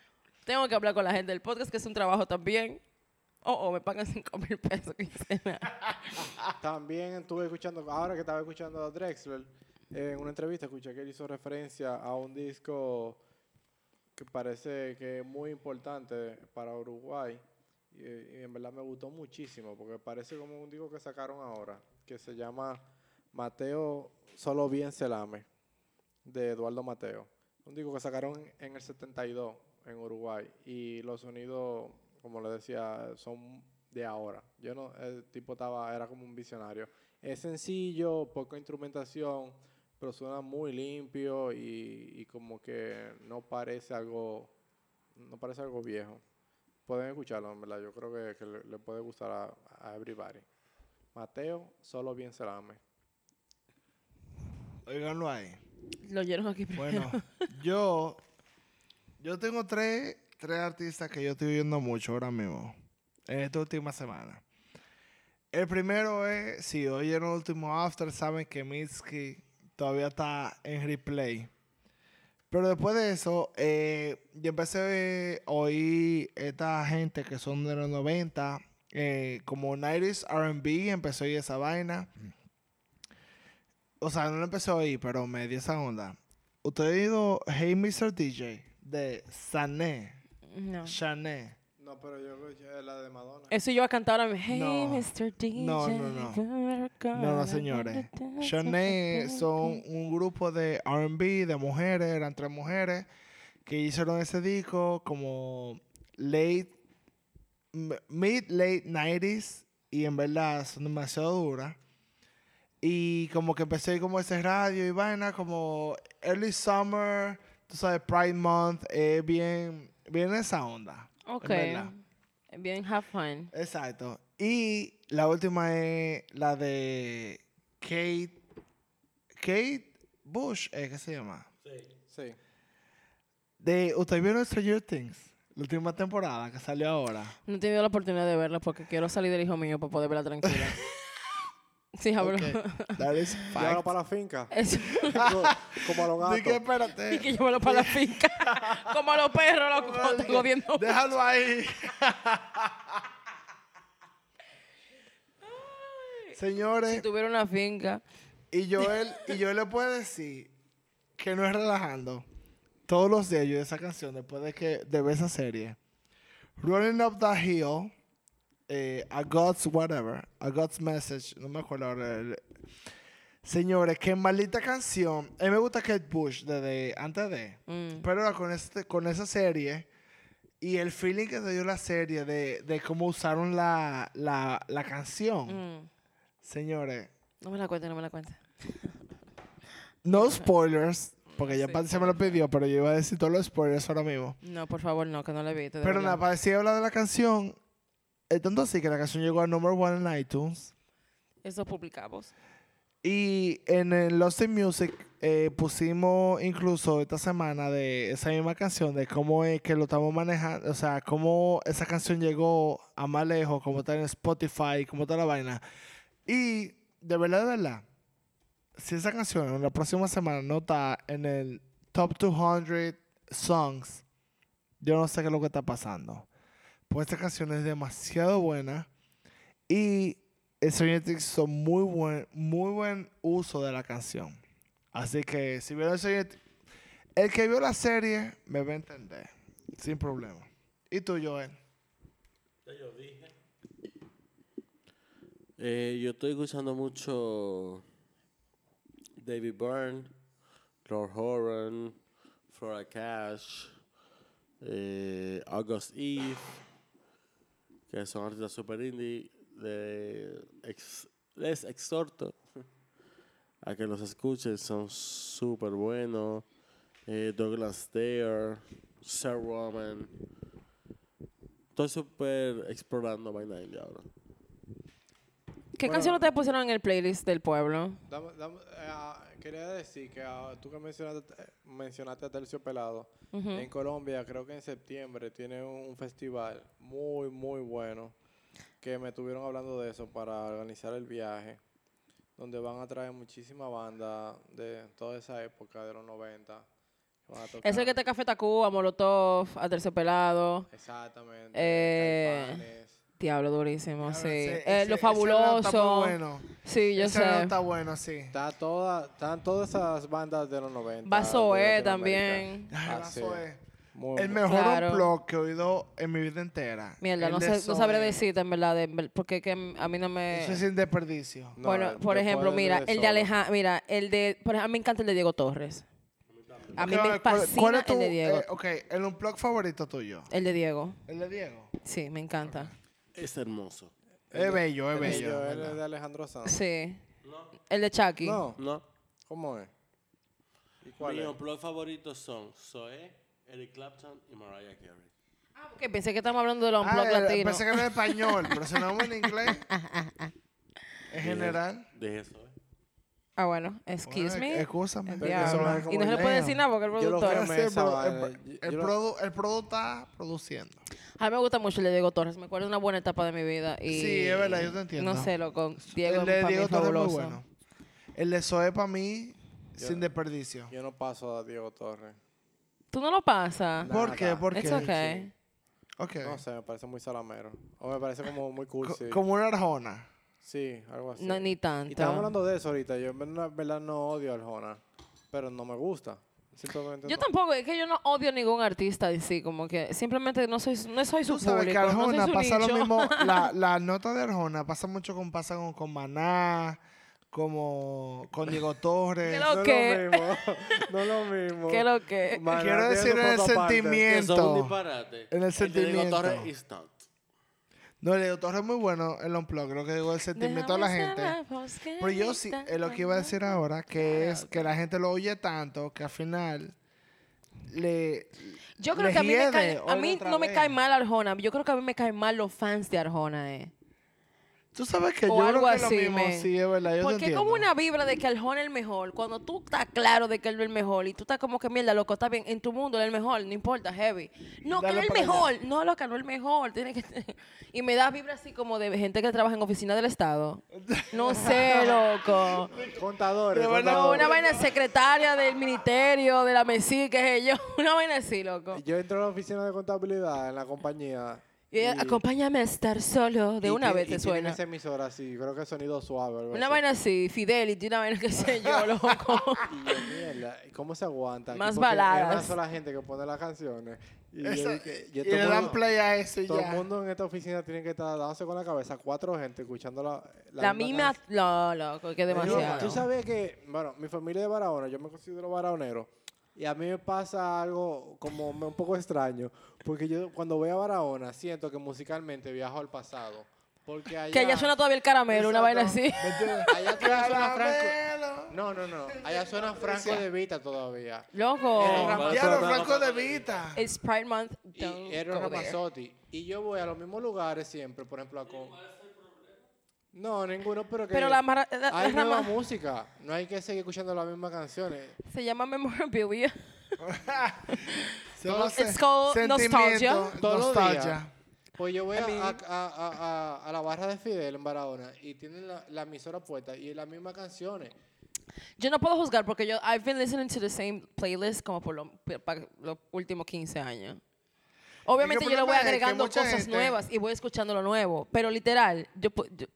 Speaker 1: Tengo que hablar con la gente del podcast, que es un trabajo también. Oh, oh, me pagan 5 mil pesos quincena.
Speaker 4: También estuve escuchando, ahora que estaba escuchando a Drexler, en una entrevista escuché que él hizo referencia a un disco que parece que es muy importante para Uruguay. Y, eh, y en verdad me gustó muchísimo, porque parece como un disco que sacaron ahora, que se llama Mateo Solo Bien Selame, de Eduardo Mateo. un disco que sacaron en el 72 en Uruguay y los sonidos, como les decía, son de ahora. Yo no, el tipo estaba, era como un visionario. Es sencillo, poca instrumentación, pero suena muy limpio y, y como que no parece algo, no parece algo viejo. Pueden escucharlo, en verdad. Yo creo que, que le, le puede gustar a, a everybody. Mateo, solo bien se la ame.
Speaker 2: Óiganlo ahí.
Speaker 1: Lo oyeron aquí primero.
Speaker 2: Bueno, yo, yo tengo tres, tres artistas que yo estoy oyendo mucho ahora mismo, en esta última semana. El primero es, si oyen el último after, saben que Mitski todavía está en replay. Pero después de eso, eh, yo empecé a oír esta gente que son de los 90, eh, como 90s RB, empecé a oír esa vaina. O sea, no lo empecé a oír, pero me dio esa onda. Usted ha oído Hey Mr. DJ de Sané,
Speaker 1: No.
Speaker 2: Chané.
Speaker 4: No, pero yo escuché la de Madonna.
Speaker 1: Eso yo a cantar ahora mismo. Hey,
Speaker 2: No.
Speaker 1: Mr. DJ.
Speaker 2: No, no, no.
Speaker 1: come on,
Speaker 2: No, no, señores. Chané son un grupo de RB, de mujeres, eran tres mujeres, que hicieron ese disco como late, m- mid, late 90s, y en verdad son demasiado duras. Y como que empecé como ese radio y vaina, como early summer, tú sabes, Pride Month, eh, bien, bien esa onda. en
Speaker 1: Ok.
Speaker 2: verdad.
Speaker 1: Bien, have fun.
Speaker 2: Exacto. Y la última es la de Kate. Kate Bush, eh, ¿qué se llama?
Speaker 4: Sí.
Speaker 2: De ¿Ustedes vieron Stranger Things? La última temporada que salió ahora.
Speaker 1: No he tenido la oportunidad de verla porque quiero salir del hijo mío para poder verla tranquila. sí, hablo.
Speaker 2: Ok, That is
Speaker 4: Llévalo
Speaker 2: fact.
Speaker 4: para la finca.
Speaker 1: Eso.
Speaker 2: Eh,
Speaker 4: Co- como a los gatos.
Speaker 2: Así que
Speaker 1: Y
Speaker 2: espérate.
Speaker 1: que llévalo para la
Speaker 2: eh,
Speaker 1: finca. Como a los perros, loco. cuando están jodiendo.
Speaker 2: Déjalo ahí.
Speaker 1: Si
Speaker 2: Señores,
Speaker 1: tuviera una finca.
Speaker 2: y Joel, y Joel le puede decir que no es relajando. Todos los días yo de esa canción, después de que de ver esa serie. Running Up That Hill, eh, A God's Whatever, A God's Message, no me acuerdo ahora. el- Señores, qué maldita canción. A mí me gusta Kate Bush desde antes de.
Speaker 1: mm,
Speaker 2: Pero ahora con, este, con esa serie y el feeling que te dio la serie de, de cómo usaron la, la, la canción.
Speaker 1: mm.
Speaker 2: Señores,
Speaker 1: No me la cuentes, no me la cuentes.
Speaker 2: No spoilers, porque ya
Speaker 1: Sí,
Speaker 2: Pat se me lo pidió, pero yo iba a decir todos los spoilers ahora mismo.
Speaker 1: No, por favor, no, que no la vi. te
Speaker 2: Pero
Speaker 1: devuelvo.
Speaker 2: nada, parecía hablar de la canción. Es tanto así que la canción llegó a number one en iTunes.
Speaker 1: Eso publicamos.
Speaker 2: Y en el Lost in Music eh, pusimos incluso esta semana de esa misma canción, de cómo es que lo estamos manejando, o sea, cómo esa canción llegó a más lejos, cómo está en Spotify, cómo está la vaina. Y de verdad, de verdad, si esa canción en la próxima semana no está en el Top 200 Songs, yo no sé qué es lo que está pasando. Pues esta canción es demasiado buena y Stranger Things hizo muy buen, muy buen uso de la canción. Así que si vieron Stranger Thi- el que vio la serie me va a entender, sin problema. ¿Y tú, Joel?
Speaker 3: Eh, yo estoy escuchando mucho David Byrne, Lord Horan, Flora Cash, eh, August Eve, que son artistas super indie. de- ex- les exhorto a que los escuchen, son súper buenos. Eh, Douglas Dare, Sir Roman. Estoy súper explorando vaina indie ahora.
Speaker 1: ¿Qué
Speaker 4: Bueno.
Speaker 1: canción ustedes pusieron en el playlist del pueblo?
Speaker 4: Dame- dame- eh, ah, quería decir que ah, tú que mencionaste, mencionaste a Tercio Pelado,
Speaker 1: Ujú.
Speaker 4: en Colombia creo que en septiembre tiene un, un festival muy, muy bueno, que me estuvieron hablando de eso para organizar el viaje, donde van a traer muchísima banda de toda esa época de los 90. que van a
Speaker 1: Es el
Speaker 4: tocar.
Speaker 1: que te Café Tacuba, Molotov, a Terciopelado.
Speaker 4: Exactamente.
Speaker 1: Eh,
Speaker 4: Caifanes.
Speaker 1: Diablo durísimo, sí.
Speaker 2: Ese-
Speaker 1: Eh,
Speaker 2: ese-
Speaker 1: lo
Speaker 2: ese no está muy
Speaker 1: fabuloso.
Speaker 2: bueno.
Speaker 1: Sí, yo
Speaker 2: Ese
Speaker 1: sé.
Speaker 2: no está bueno, sí.
Speaker 4: Está toda, están todas esas bandas de los 90.
Speaker 1: Va Zoé
Speaker 4: de Latinoamérica.
Speaker 1: E también.
Speaker 2: Ay, E.
Speaker 4: Ah,
Speaker 2: la
Speaker 4: sí.
Speaker 2: Zoe.
Speaker 4: Muy
Speaker 2: El
Speaker 4: bu-
Speaker 2: mejor
Speaker 1: Claro.
Speaker 2: unplug que he oído en mi vida entera.
Speaker 1: Mierda,
Speaker 2: El
Speaker 1: no,
Speaker 2: de
Speaker 1: sé, no sabré
Speaker 2: Zoe.
Speaker 1: decirte en verdad, en ver- porque es que a mí no me...
Speaker 2: Eso es sin desperdicio.
Speaker 4: No, eh,
Speaker 1: bueno,
Speaker 4: yo
Speaker 1: por
Speaker 4: puedo
Speaker 1: ejemplo,
Speaker 4: ir
Speaker 1: mira, el de
Speaker 4: Zoé.
Speaker 1: Alejandro, mira, el de... Por ejemplo, a mí me encanta el de Diego Torres. A mí
Speaker 2: Ok,
Speaker 1: me
Speaker 2: ok, ¿cuál-
Speaker 1: fascina
Speaker 2: cuál es
Speaker 1: el
Speaker 2: tu-
Speaker 1: de Diego.
Speaker 2: eh, ok, el unplug favorito tuyo.
Speaker 1: el de Diego.
Speaker 2: El de Diego.
Speaker 1: Sí, me encanta.
Speaker 3: Es hermoso.
Speaker 2: Es bello, es
Speaker 4: El
Speaker 2: bello.
Speaker 4: de-
Speaker 2: ¿verdad?
Speaker 4: el de Alejandro
Speaker 2: Ah.
Speaker 4: Sanz.
Speaker 1: Sí. El de Chucky.
Speaker 4: No,
Speaker 3: ¿No?
Speaker 4: ¿cómo es? ¿Y cuál
Speaker 3: Mis
Speaker 4: es?
Speaker 3: unplugged favoritos son Zoe, Eric Clapton y Mariah Carey.
Speaker 1: Ah, porque pensé que estábamos hablando de los
Speaker 2: Ah,
Speaker 1: unplugged
Speaker 2: era-
Speaker 1: latinos.
Speaker 2: pensé que era en español, pero si no en inglés. En general.
Speaker 3: Dejé Zoe.
Speaker 1: Ah, bueno. Excuse
Speaker 2: Bueno,
Speaker 1: me.
Speaker 2: Excúsame.
Speaker 1: El
Speaker 2: pero
Speaker 4: que
Speaker 1: diablo.
Speaker 4: son las como
Speaker 1: Y no se le puede
Speaker 2: lean.
Speaker 1: decir nada porque el
Speaker 4: Yo lo
Speaker 1: productor.
Speaker 4: veo.
Speaker 2: Pero sí,
Speaker 4: Esa
Speaker 2: pero
Speaker 4: vaina,
Speaker 2: el,
Speaker 4: yo-
Speaker 2: el
Speaker 4: yo lo-
Speaker 2: produ- el producto está produciendo.
Speaker 1: A mí me gusta mucho el de Diego Torres. Me acuerdo de una buena etapa de mi vida. Y
Speaker 2: Sí, es verdad, yo te entiendo.
Speaker 1: No sé, loco. Diego,
Speaker 2: el de
Speaker 1: para mí
Speaker 2: Diego
Speaker 1: es
Speaker 2: Torres es muy
Speaker 1: fabuloso.
Speaker 2: bueno. El de Zoe para mí,
Speaker 4: Yo-
Speaker 2: sin desperdicio.
Speaker 4: Yo no paso a Diego Torres.
Speaker 1: Tú no lo pasas.
Speaker 4: No,
Speaker 2: ¿Por
Speaker 4: nada.
Speaker 2: qué? ¿Por
Speaker 1: It's
Speaker 2: qué?
Speaker 1: okay.
Speaker 2: Ok.
Speaker 4: No sé, me parece muy salamero. O me parece como muy
Speaker 2: Co-
Speaker 4: cursi.
Speaker 2: Como una arjona.
Speaker 4: Sí, algo así.
Speaker 1: No, ni
Speaker 4: Y estábamos
Speaker 1: tanto.
Speaker 4: hablando de eso ahorita. Yo en verdad- en verdad no odio a Arjona, pero no me gusta. Simplemente
Speaker 1: Yo
Speaker 4: no.
Speaker 1: tampoco, es que yo no odio a ningún artista en sí, como que simplemente no soy, no soy su
Speaker 2: Tú sabes que
Speaker 1: público, no soy
Speaker 2: Arjona
Speaker 1: su
Speaker 2: pasa lo
Speaker 1: nicho.
Speaker 2: mismo. La, la nota de Arjona pasa mucho con pasa con, con Maná, como con Diego Torres.
Speaker 1: Que lo-
Speaker 4: No
Speaker 1: que-
Speaker 4: es lo mismo. no es lo mismo.
Speaker 1: ¿Qué lo que?
Speaker 4: Maná
Speaker 2: Quiero
Speaker 4: tiene
Speaker 2: decir
Speaker 4: su
Speaker 2: en el
Speaker 4: foto
Speaker 3: Que
Speaker 4: aparte.
Speaker 3: son un
Speaker 2: sentimiento.
Speaker 3: disparate.
Speaker 2: En el
Speaker 3: Diego
Speaker 2: sentimiento.
Speaker 3: Torres y Stunt.
Speaker 2: No, el Diego Torres es muy bueno el unplug, lo que digo, el sentimiento de la gente. Pero yo sí, es lo que iba a decir ahora, que es que la gente lo oye tanto que al final le...
Speaker 1: Yo creo
Speaker 2: les
Speaker 1: que a mí, me
Speaker 2: hiede
Speaker 1: cae, a mí
Speaker 2: oírlo otra
Speaker 1: no me
Speaker 2: vez.
Speaker 1: cae mal Arjona, yo creo que a mí me caen mal los fans de Arjona, eh.
Speaker 2: Tú sabes que
Speaker 1: O
Speaker 2: yo
Speaker 1: algo
Speaker 2: creo que es lo
Speaker 1: así,
Speaker 2: mismo,
Speaker 1: men.
Speaker 2: sí, es verdad, yo te
Speaker 1: Porque es como una
Speaker 2: entiendo.
Speaker 1: vibra de que Arjona es el mejor, cuando tú estás claro de que él es el mejor y tú estás como que mierda, loco, está bien, en tu mundo él es el mejor, no importa, heavy. No, que
Speaker 2: Dale
Speaker 1: él es el
Speaker 2: para allá.
Speaker 1: mejor, no, loca, no es el mejor. Tiene que... y me da vibra así como de gente que trabaja en oficina del Estado. No sé, loco.
Speaker 4: Contadores.
Speaker 2: Pero bueno,
Speaker 1: No,
Speaker 4: contadores.
Speaker 1: una vaina secretaria del ministerio, de la MESI, que es yo. Una vaina así, loco.
Speaker 4: Yo entro a la oficina de contabilidad en la compañía.
Speaker 1: Y ella, acompáñame a estar solo, de
Speaker 4: y
Speaker 1: una
Speaker 4: ti-
Speaker 1: vez
Speaker 4: y
Speaker 1: te
Speaker 4: tienen
Speaker 1: suena.
Speaker 4: esa emisora así, creo que sonido suave. algo
Speaker 1: Una
Speaker 4: así.
Speaker 1: vaina así, Fidelity, una vaina que sé yo, loco.
Speaker 4: Y yo, mierda, ¿y ¿cómo se aguanta? aquí?
Speaker 1: Más
Speaker 4: Porque Es una
Speaker 1: baladas.
Speaker 4: sola gente que pone las canciones. Y, yo
Speaker 2: Eso-
Speaker 4: dije,
Speaker 2: y
Speaker 4: yo
Speaker 2: le
Speaker 4: todo
Speaker 2: dan
Speaker 4: mundo-
Speaker 2: play a eso y
Speaker 4: Todo el
Speaker 2: ya.
Speaker 4: mundo en esta oficina tiene que estar dándose con la cabeza. Cuatro gente escuchando la,
Speaker 1: La, misma,
Speaker 4: canción.
Speaker 1: no, loco, que
Speaker 4: Yo,
Speaker 1: demasiado.
Speaker 4: Tú sabes que, bueno, mi familia es de Barahona, yo me considero baraonero. Y a mí me pasa algo como me- un poco extraño. Porque yo cuando voy a Barahona siento que musicalmente viajo al pasado. Porque allá,
Speaker 1: que allá suena todavía el caramelo, una vaina así.
Speaker 4: Exacto. Allá todavía suena Franco.
Speaker 2: Caramelo.
Speaker 4: No, no, no. Allá suena Franco de Vita todavía.
Speaker 1: Loco,
Speaker 4: Era-
Speaker 2: Ya los Franco de Vita.
Speaker 1: it's Pride Month,
Speaker 4: Y
Speaker 1: don't
Speaker 4: era
Speaker 1: go there.
Speaker 4: Ramazzotti. Y yo voy a los mismos lugares siempre, por ejemplo, a con... No, ninguno, pero que...
Speaker 1: Pero la, mara- la- la
Speaker 4: hay nueva
Speaker 1: rama
Speaker 4: música. No hay que seguir escuchando las mismas canciones.
Speaker 1: se llama Memorabilia.
Speaker 2: Se llama
Speaker 1: It's
Speaker 2: se-
Speaker 1: called
Speaker 2: sentimiento,
Speaker 1: nostalgia.
Speaker 4: Todos los días.
Speaker 2: Nostalgia.
Speaker 4: Pues yo voy a,
Speaker 1: I mean-
Speaker 4: a, a- a- a- a la barra de Fidel en Barahona y tienen la, la emisora puesta y las mismas canciones.
Speaker 1: Yo no puedo juzgar porque yo I've been listening to the same playlist como por lo- pa- los últimos 15 años. Obviamente yo le
Speaker 2: problema
Speaker 1: voy
Speaker 2: es que
Speaker 1: agregando
Speaker 2: mucha
Speaker 1: cosas
Speaker 2: gente-
Speaker 1: nuevas y voy escuchando lo nuevo, pero literal, yo pu- yo,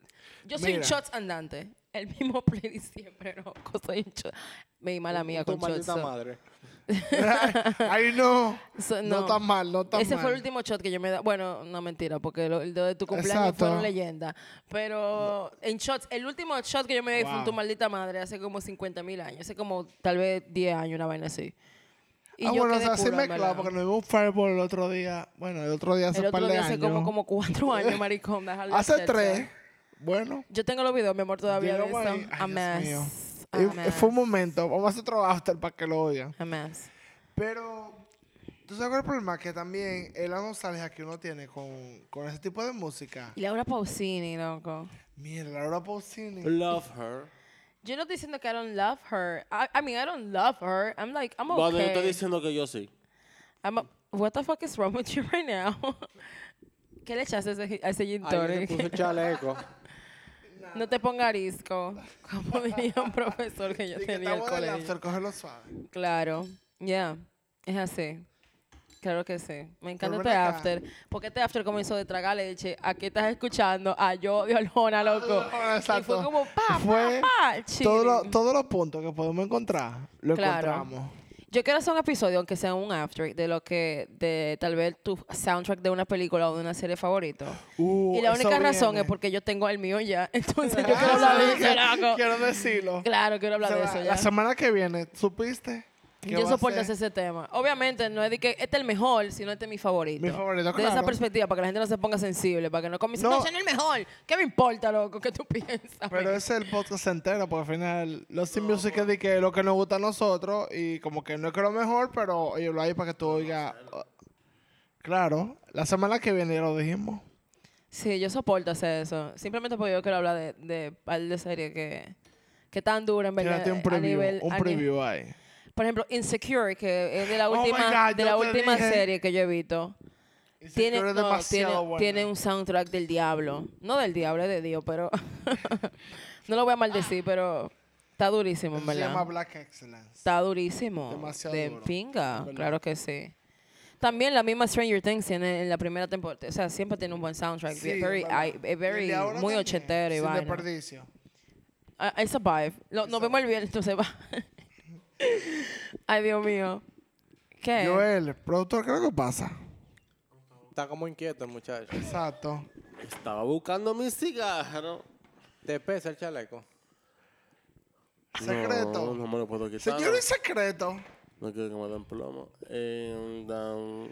Speaker 1: yo soy un
Speaker 2: Mira.
Speaker 1: shots andante. El mismo playlist siempre, loco, soy un shot. Me di mala mía
Speaker 4: Tu
Speaker 1: con shots.
Speaker 4: maldita
Speaker 1: so-
Speaker 4: madre.
Speaker 2: Ay, no.
Speaker 1: so,
Speaker 2: No tan mal, no tan
Speaker 1: Ese
Speaker 2: mal.
Speaker 1: fue el último shot que yo me da. Bueno, no mentira, porque lo- el de tu cumpleaños
Speaker 2: Exacto.
Speaker 1: fueron leyenda. Pero en shots, el último shot que yo me di fue un
Speaker 2: Wow.
Speaker 1: tu maldita madre hace como 50 mil años, hace como tal vez 10 años, una vaina así. Y
Speaker 2: ah,
Speaker 1: yo
Speaker 2: bueno, o
Speaker 1: quedé
Speaker 2: sea, sí
Speaker 1: culo, en
Speaker 2: me clavo
Speaker 1: verdad.
Speaker 2: porque nos vimos un fireball el otro día. Bueno, el otro día hace
Speaker 1: El
Speaker 2: un par
Speaker 1: otro
Speaker 2: de
Speaker 1: día hace
Speaker 2: años.
Speaker 1: como, como cuatro años, maricón. déjalo
Speaker 2: hace
Speaker 1: hacer,
Speaker 2: tres.
Speaker 1: chao.
Speaker 2: Bueno.
Speaker 1: Yo tengo los videos, mi amor, todavía de
Speaker 2: llegamos ahí.
Speaker 1: eso.
Speaker 2: Ay, Dios
Speaker 1: Amás.
Speaker 2: mío. Y- y
Speaker 1: Amás.
Speaker 2: Fue un momento. Vamos a hacer otro after para que lo oigan.
Speaker 1: Amás.
Speaker 2: Pero, ¿tú sabes cuál es el problema? Que también es la nostalgia que uno tiene con, con ese tipo de música.
Speaker 1: Y Laura Pausini, loco.
Speaker 2: Mira, Laura Pausini.
Speaker 3: Love her.
Speaker 1: Yo no estoy diciendo que I don't love her. I, I mean, I don't love her. I'm like, I'm okay.
Speaker 3: Bueno, yo eh, estoy diciendo que yo sí.
Speaker 1: I'm a- what the fuck is wrong with you right now? ¿Qué le echaste a ese, a ese gin
Speaker 4: Alguien
Speaker 1: tonic?
Speaker 4: se puso el chaleco.
Speaker 1: No te ponga arisco, como diría un profesor que yo
Speaker 2: Y que
Speaker 1: tenía en el
Speaker 2: estamos del
Speaker 1: colegio.
Speaker 2: after, cógelo suave.
Speaker 1: Claro, ya, es así. Claro que sí. Me encanta
Speaker 2: ven
Speaker 1: este
Speaker 2: acá.
Speaker 1: after. Porque este after comenzó de tragar leche. Aquí estás escuchando a yo de Oljona, loco.
Speaker 2: Ah,
Speaker 1: Y fue
Speaker 2: exacto.
Speaker 1: como pa,
Speaker 2: Fue
Speaker 1: pa, pa.
Speaker 2: Todos los-
Speaker 1: chilling.
Speaker 2: todos los puntos que podemos encontrar, lo
Speaker 1: Claro.
Speaker 2: encontramos.
Speaker 1: Yo quiero hacer un episodio, aunque sea un after, de lo que, de tal vez tu soundtrack de una película o de una serie favorito.
Speaker 2: Uh,
Speaker 1: y la
Speaker 2: eso
Speaker 1: única razón
Speaker 2: viene.
Speaker 1: es porque yo tengo el mío ya. Entonces yo
Speaker 2: Ah,
Speaker 1: quiero hablar de
Speaker 2: sí,
Speaker 1: eso,
Speaker 2: que-
Speaker 1: loco.
Speaker 2: Quiero decirlo.
Speaker 1: Claro, quiero hablar
Speaker 2: Se
Speaker 1: de
Speaker 2: va-
Speaker 1: eso
Speaker 2: La
Speaker 1: ya.
Speaker 2: semana que viene, ¿supiste? ¿Qué
Speaker 1: Yo
Speaker 2: va a
Speaker 1: soporto
Speaker 2: ser?
Speaker 1: ese tema. Obviamente, no es de que este es el mejor, sino este es mi favorito.
Speaker 2: Mi favorito,
Speaker 1: Desde
Speaker 2: claro.
Speaker 1: esa perspectiva, para que la gente no se ponga sensible, para que no comience. No,
Speaker 2: No.
Speaker 1: ese no es el mejor. ¿Qué me importa, loco? ¿Qué tú piensas?
Speaker 2: Pero ese es el podcast entero, porque al final los Sin Music es de que lo que nos gusta a nosotros y como que no es que lo mejor, pero oye, lo hay para que tú oigas. uh, Claro, la semana que viene ya lo dijimos.
Speaker 1: Sí, yo soporto hacer eso. Simplemente porque yo quiero hablar de, de par de series que, que tan dura en verdad.
Speaker 2: Tírate un
Speaker 1: a
Speaker 2: preview,
Speaker 1: nivel-
Speaker 2: un
Speaker 1: a ni-
Speaker 2: preview ahí.
Speaker 1: Por ejemplo, Insecure, que es de la
Speaker 2: Oh my
Speaker 1: última,
Speaker 2: God,
Speaker 1: de
Speaker 2: yo
Speaker 1: la
Speaker 2: te
Speaker 1: última
Speaker 2: dije.
Speaker 1: serie que yo he visto. Tiene,
Speaker 2: Insecure es
Speaker 1: no, tiene,
Speaker 2: demasiado buena.
Speaker 1: tiene un soundtrack del diablo. No del diablo, es de Dios, pero. no lo voy a maldecir, pero está durísimo, en
Speaker 2: Eso Se llama
Speaker 1: verdad.
Speaker 2: Black Excellence.
Speaker 1: Está durísimo.
Speaker 2: Demasiado
Speaker 1: de
Speaker 2: duro,
Speaker 1: pinga,
Speaker 2: en verdad.
Speaker 1: claro que sí. También la misma Stranger Things tiene en la primera temporada. O sea, siempre tiene un buen soundtrack.
Speaker 2: Sí, es
Speaker 1: very,
Speaker 2: verdad.
Speaker 1: I- eh,
Speaker 2: Y el
Speaker 1: very-
Speaker 2: de ahora
Speaker 1: muy
Speaker 2: también,
Speaker 1: ochentero y
Speaker 2: Sin
Speaker 1: vaina. Ah,
Speaker 2: desperdicio.
Speaker 1: I, I survive. Lo- nos vemos el viernes, entonces va. Ay, Dios mío. ¿Qué?
Speaker 2: Joel, productor, ¿qué es lo que pasa?
Speaker 4: Está como inquieto el muchacho.
Speaker 2: Exacto.
Speaker 3: Estaba buscando mi cigarro.
Speaker 4: ¿Te pesa el chaleco?
Speaker 2: Secreto.
Speaker 3: No, no me lo puedo quitar.
Speaker 2: Señor, es secreto.
Speaker 3: No quiero que me den plomo. Eh, um,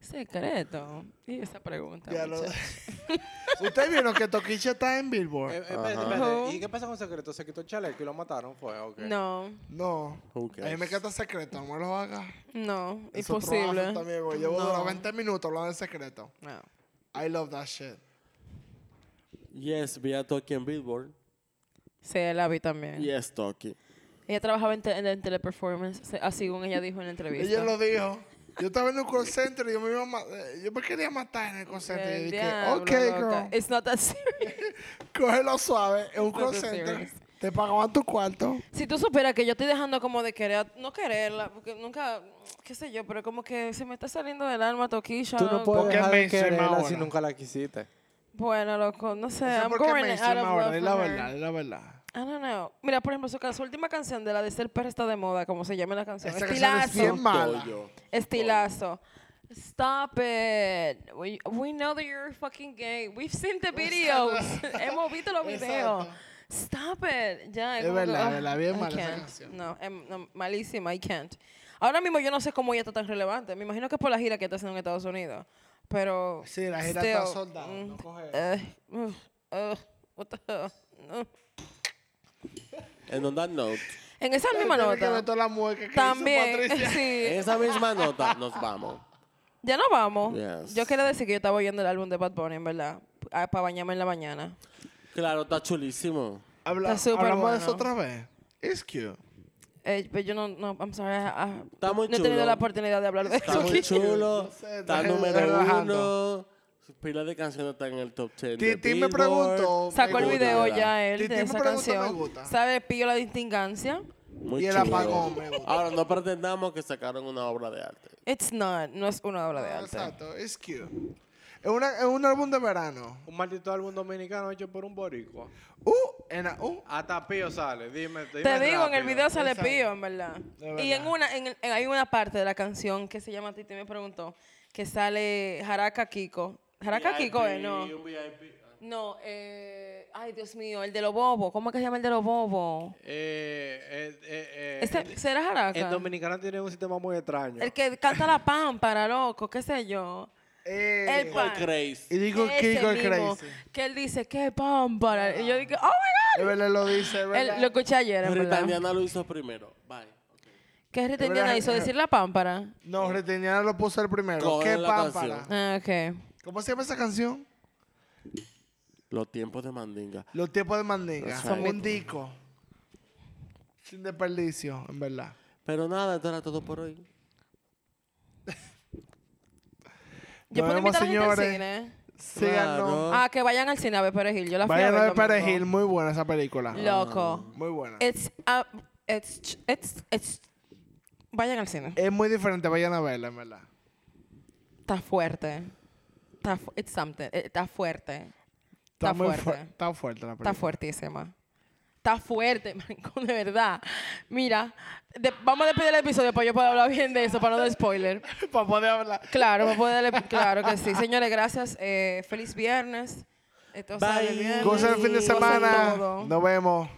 Speaker 1: Secreto. Y esa pregunta.
Speaker 2: Ya lo-
Speaker 1: muchacho.
Speaker 2: Usted vieron que Toquicha está en Billboard.
Speaker 4: Eh, eh, espérate,
Speaker 3: Ajá.
Speaker 4: espérate. ¿Y qué pasa con secreto? Se quitó el chaleco y lo mataron, fue. ok.
Speaker 1: No,
Speaker 2: No.
Speaker 3: Who
Speaker 2: A mí me
Speaker 3: cares?
Speaker 2: encanta secreto, no me lo haga.
Speaker 1: no,
Speaker 2: Eso trabajo
Speaker 1: imposible.
Speaker 2: También, güey. Llevo
Speaker 1: No.
Speaker 2: durado 20 minutos hablando de secreto.
Speaker 1: No.
Speaker 2: I love that shit.
Speaker 3: yes, vi a Toki en Billboard.
Speaker 1: Sí, la vi también.
Speaker 3: Yes, Toki.
Speaker 1: Ella trabajaba en, te- en, en teleperformance, se- así según ella dijo en la entrevista.
Speaker 2: Ella lo dijo. Yo estaba en un call center y yo me, iba a ma- eh, yo me quería matar en el call center.
Speaker 1: Del
Speaker 2: y dije,
Speaker 1: diablo,
Speaker 2: ok,
Speaker 1: loca.
Speaker 2: girl,
Speaker 1: It's not that serious.
Speaker 2: cógelo suave. Es un
Speaker 1: Not
Speaker 2: call
Speaker 1: that
Speaker 2: center.
Speaker 1: serious.
Speaker 2: Te pagaban tu cuarto.
Speaker 1: Si tú supieras que yo estoy dejando como de querer, no quererla, porque nunca, qué sé yo, pero como que se me está saliendo del alma Toquilla.
Speaker 4: Tú no puedes
Speaker 2: Porque
Speaker 4: dejar
Speaker 2: me
Speaker 4: de
Speaker 2: hice
Speaker 4: quererla
Speaker 2: ahora.
Speaker 4: si nunca la quisiste.
Speaker 1: Bueno, loco, no sé.
Speaker 2: Eso
Speaker 1: I'm
Speaker 2: porque
Speaker 1: going out
Speaker 2: mainstream
Speaker 1: of
Speaker 2: ahora,
Speaker 1: love
Speaker 2: Es la
Speaker 1: for her.
Speaker 2: verdad, es la verdad.
Speaker 1: I don't know. Mira, por ejemplo, su, ca- su última canción de la de Ser Perro está de moda, como se llama la canción.
Speaker 2: Esa canción es
Speaker 1: Estilazo.
Speaker 2: bien mala.
Speaker 3: Toyo.
Speaker 1: Estilazo. Stop it. We, we know that you're fucking gay. We've seen the videos. Hemos visto los videos.
Speaker 2: Exacto.
Speaker 1: Stop it. Ya,
Speaker 2: Es
Speaker 1: como que,
Speaker 2: verdad,
Speaker 1: ah,
Speaker 2: es verdad, bien
Speaker 1: I
Speaker 2: mala esa
Speaker 1: can't.
Speaker 2: canción.
Speaker 1: No, em, no, malísima, I can't. Ahora mismo yo no sé cómo ella está tan relevante. Me imagino que es por la gira que está haciendo en Estados Unidos. Pero.
Speaker 2: Sí, la gira está
Speaker 1: still,
Speaker 2: soldada.
Speaker 1: mm,
Speaker 2: No coge.
Speaker 1: eh, ugh, ugh, what the hell, no.
Speaker 3: And on that note,
Speaker 1: En esa
Speaker 2: Tiene
Speaker 1: misma
Speaker 2: Que ver
Speaker 1: nota.
Speaker 2: toda la mueca que
Speaker 1: También,
Speaker 2: hizo Patricia.
Speaker 3: en
Speaker 1: sí.
Speaker 3: esa misma nota nos vamos.
Speaker 1: Ya nos vamos.
Speaker 3: Yes.
Speaker 1: Yo quería decir que yo estaba oyendo el álbum de Bad Bunny, en verdad. Para bañarme en la mañana.
Speaker 3: Claro, está chulísimo.
Speaker 2: Habla-
Speaker 1: Está súper
Speaker 2: hablamos de eso
Speaker 1: bueno.
Speaker 2: otra vez. It's cute.
Speaker 1: Eh, pero yo no, no, I'm sorry. I- I-
Speaker 3: Está muy
Speaker 1: no he tenido
Speaker 3: chulo.
Speaker 1: la oportunidad de hablar de
Speaker 3: Está
Speaker 1: eso.
Speaker 3: muy
Speaker 1: aquí.
Speaker 3: chulo.
Speaker 2: No sé,
Speaker 3: Está
Speaker 2: está
Speaker 3: número
Speaker 2: relajando.
Speaker 3: uno. Pila de canciones están en el top 10. de
Speaker 2: Titi me
Speaker 3: Billboard.
Speaker 2: preguntó.
Speaker 1: Sacó
Speaker 2: me
Speaker 1: el
Speaker 2: gusta.
Speaker 1: video
Speaker 3: ¿verdad?
Speaker 1: ya él
Speaker 2: Titi
Speaker 1: de
Speaker 2: me
Speaker 1: esa
Speaker 2: preguntó, me
Speaker 1: canción.
Speaker 2: gusta.
Speaker 1: ¿Sabe? Pillo la distingancia.
Speaker 3: Muy
Speaker 2: Y el
Speaker 3: chulo.
Speaker 2: apagón, me gusta.
Speaker 3: Ahora, no pretendamos que sacaron una obra de arte.
Speaker 1: It's not. No es una obra de arte.
Speaker 2: Ah, Exacto, it's cute. Es, una- es un álbum de verano.
Speaker 4: Un maldito álbum dominicano hecho por un boricua.
Speaker 2: Uh, en a- uh,
Speaker 4: Hasta pío sale, dime. dime
Speaker 1: Te digo, en el
Speaker 4: rápido.
Speaker 1: video sale
Speaker 2: Exacto.
Speaker 1: pío, en verdad.
Speaker 2: verdad.
Speaker 1: Y en una, en, en- hay una parte de la canción que se llama Titi me preguntó, que sale Jaraka Kiko. Jaraka Kiko, eh, no. No, eh, ay, Dios mío, el de los bobos. ¿Cómo es que se llama el de los bobos?
Speaker 4: Eh, eh, eh, eh, en-
Speaker 1: Este, ¿Será Jaraka?
Speaker 4: en dominicano tiene un sistema muy extraño.
Speaker 1: El que canta la pámpara, loco, qué sé yo.
Speaker 2: eh,
Speaker 1: El
Speaker 3: Por
Speaker 1: pan.
Speaker 2: y
Speaker 3: Craze.
Speaker 2: digo
Speaker 1: Ese
Speaker 2: Kiko el
Speaker 1: mismo,
Speaker 2: Crazy.
Speaker 1: Que él dice, qué pámpara. Y yo dije, oh my
Speaker 2: Es verdad, lo dice, es
Speaker 1: God. Él-
Speaker 2: verdad.
Speaker 1: lo escuché ayer, en
Speaker 3: Rita
Speaker 1: verdad.
Speaker 3: Indiana lo hizo primero. Bye.
Speaker 1: ¿Qué Rita
Speaker 2: Es verdad, eh,
Speaker 1: Indiana hizo?
Speaker 2: es-
Speaker 1: ¿Decir la pámpara?
Speaker 2: No, Reteniana lo puso el primero.
Speaker 3: Coge
Speaker 2: Qué
Speaker 3: la
Speaker 2: pámpara.
Speaker 3: canción.
Speaker 1: Ah, ok.
Speaker 2: ¿Cómo se llama esa canción?
Speaker 3: Los tiempos de Mandinga.
Speaker 2: Los tiempos de mandinga.
Speaker 3: Exacto.
Speaker 2: Un disco. Sin desperdicio, en verdad.
Speaker 3: Pero nada, esto era todo por hoy.
Speaker 1: Yo
Speaker 2: Nos
Speaker 1: puedo
Speaker 2: vemos,
Speaker 1: invitar a la gente al
Speaker 2: señores.
Speaker 1: cine.
Speaker 2: Síganos.
Speaker 3: Claro.
Speaker 1: Ah, que vayan al cine a ver Perejil. Yo la fui
Speaker 2: Vayan
Speaker 1: a ver
Speaker 2: a ver
Speaker 1: el domingo.
Speaker 2: Perejil. Muy buena esa película.
Speaker 1: Loco.
Speaker 2: Muy buena.
Speaker 1: It's, a- it's, ch- it's, it's- Vayan al cine.
Speaker 2: Es muy diferente. Vayan a verla, en verdad.
Speaker 1: Está fuerte. Está, fu- it's something. Eh, Está fuerte. Está
Speaker 2: muy
Speaker 1: fuerte.
Speaker 2: fuer- Está fuerte la película.
Speaker 1: Está fuertísima. Está fuerte, maricón, de verdad. Mira, de- vamos a despedir el episodio para yo poder hablar bien de eso, para no dar spoiler.
Speaker 2: Para poder hablar.
Speaker 1: Claro, para poder, claro que sí. Señores, gracias. eh, feliz viernes. Esto sale
Speaker 3: Bye.
Speaker 1: el viernes.
Speaker 2: Goza el fin de
Speaker 1: Gocen
Speaker 2: semana.
Speaker 1: todo.
Speaker 2: Nos vemos.